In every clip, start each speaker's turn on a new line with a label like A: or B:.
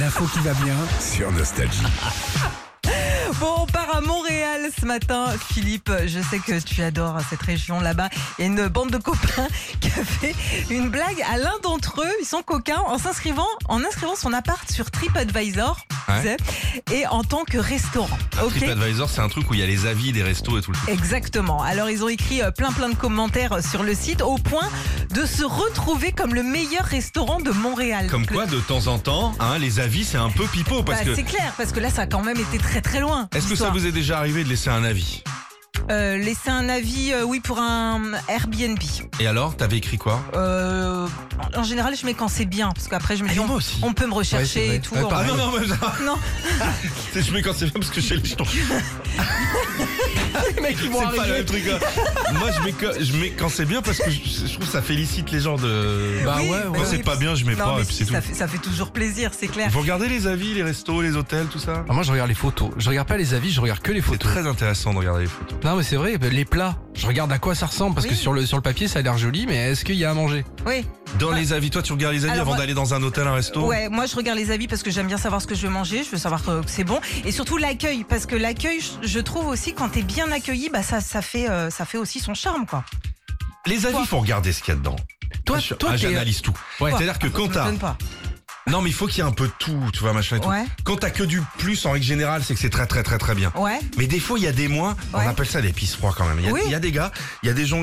A: L'info qui va bien sur Nostalgie.
B: Bon, on part à Montréal ce matin. Philippe, je sais que tu adores cette région là-bas. Il y a une bande de copains qui a fait une blague à l'un d'entre eux. Ils sont coquins en s'inscrivant, en inscrivant son appart sur TripAdvisor. tu
C: Ouais. Ah,
B: sais, Et en tant que restaurant.
C: Un
B: ok
C: TripAdvisor, c'est un truc où il y a les avis des restos et tout le truc.
B: Exactement. Alors ils ont écrit euh, plein plein de commentaires sur le site au point de se retrouver comme le meilleur restaurant de Montréal.
C: Comme quoi, de temps en temps, hein, les avis, c'est un peu pipeau
B: Bah,
C: parce que.
B: C'est clair, parce que là, ça a quand même été très très loin.
C: Est-ce que ça
B: l'histoire.
C: vous est déjà arrivé de laisser un avis
B: Euh, Laisser un avis, euh, oui, pour un Airbnb.
C: Et alors, t'avais écrit quoi
B: Euh, en général, je mets quand c'est bien, parce qu'après, je me
C: Ah,
B: dis,
C: moi
B: on,
C: aussi.
B: on peut me
A: Ouais, c'est
B: rechercher
A: vrai.
B: et tout.
A: Ouais,
B: on-
C: Ah
A: pareil.
C: non, non, mais ça-
B: Non.
C: je mets quand c'est bien parce que j'ai les jetons.
A: Les mecs, ils
C: C'est pas le même truc. hein. Moi, je mets, que- je mets quand c'est bien parce que je, je trouve que ça félicite les gens de.
A: Bah
B: Oui,
A: ouais,
B: bah
A: ouais.
C: Quand c'est
B: oui,
C: pas
B: parce-
C: bien, je mets
B: Non,
C: pas
B: mais
C: et puis
B: si,
C: c'est tout.
B: ça, fait, ça fait toujours plaisir, c'est clair.
C: Vous regardez les avis, les restos, les hôtels, tout ça
A: Ah, moi, je regarde les photos. Je regarde pas les avis, je regarde que les
C: C'est
A: photos.
C: très intéressant de regarder les photos.
A: Non, mais c'est vrai, les plats. Je regarde à quoi ça ressemble parce que
B: Oui.
A: sur le, sur le papier, ça a l'air joli, mais est-ce qu'il y a à manger
B: Oui.
C: Dans les avis, toi, tu regardes les avis
B: Alors,
C: avant
B: moi-
C: d'aller dans un hôtel, un resto
B: Ouais, moi je regarde les avis parce que j'aime bien savoir ce que je veux manger, je veux savoir euh, que c'est bon. Et surtout l'accueil, parce que l'accueil, je- je trouve aussi quand t'es bien accueilli, bah ça, ça, fait, euh, ça fait aussi son charme, quoi.
C: Les avis, faut regarder ce qu'il y a dedans.
A: Toi,
C: Je-
A: toi,
C: ah,
A: t'es.
C: j'analyse tout.
A: Ouais.
C: C'est-à-dire que quand
B: Je me
C: t'as.
B: donne pas.
C: Non, mais il faut qu'il y ait un peu de tout, tu vois, machin et tout.
B: Ouais.
C: Quand t'as que du plus, en règle générale, c'est que c'est très, très, très, très bien.
B: Ouais.
C: Mais des fois, il y a des moins,
B: Ouais.
C: on appelle ça des pisse froids quand même. Il y, a-
B: Oui.
C: il y a des gars, il y a des gens,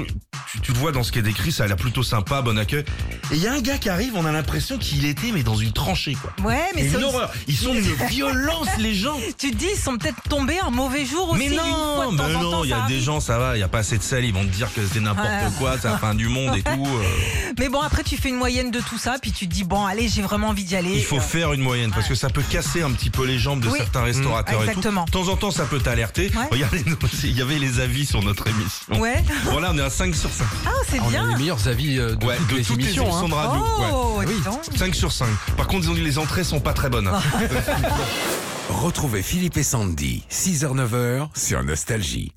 C: tu, tu le vois dans ce qui est décrit, ça a l'air plutôt sympa, bon accueil. Et il y a un gars qui arrive, on a l'impression qu'il était, mais dans une tranchée, quoi.
B: Ouais, mais
C: C'est
B: ça
C: une
B: aussi-
C: horreur. Ils sont d'une violence, les gens.
B: tu te dis, ils sont peut-être tombés un mauvais jour aussi.
C: Mais
B: une fois
C: non,
B: de temps
C: mais
B: en temps,
C: non, il y
B: ça
C: a des
B: arrive.
C: gens, ça va, il y a pas assez de sel, ils vont te dire que c'est n'importe
B: Ouais.
C: quoi, c'est la fin du monde et tout. euh.
B: Mais bon, après tu fais une moyenne de tout ça, puis tu te dis, bon, allez, j'ai vraiment envie d'y aller.
C: Il faut
B: Euh,
C: faire une moyenne parce que ça peut casser un petit peu les jambes de
B: Oui. Mmh,
C: certains restaurateurs et tout.
B: Exactement.
C: De temps en temps, ça peut t'alerter.
B: Ouais.
C: Regardez, nous, il y avait les avis sur notre émission.
B: Ouais.
C: Voilà, on est à 5 sur 5.
B: Ah, c'est
A: On a les
B: bien.
A: meilleurs avis euh, de
C: Ouais,
A: toutes
C: de
A: les
C: toutes les
A: émissions. hein.
C: émissions de radio.
B: Oh,
C: ouais.
B: dis donc. Oh.
C: 5 sur 5. Par contre, ils ont dit les entrées sont pas très bonnes.
D: Retrouvez Philippe et Sandy, 6h-9h sur Nostalgie.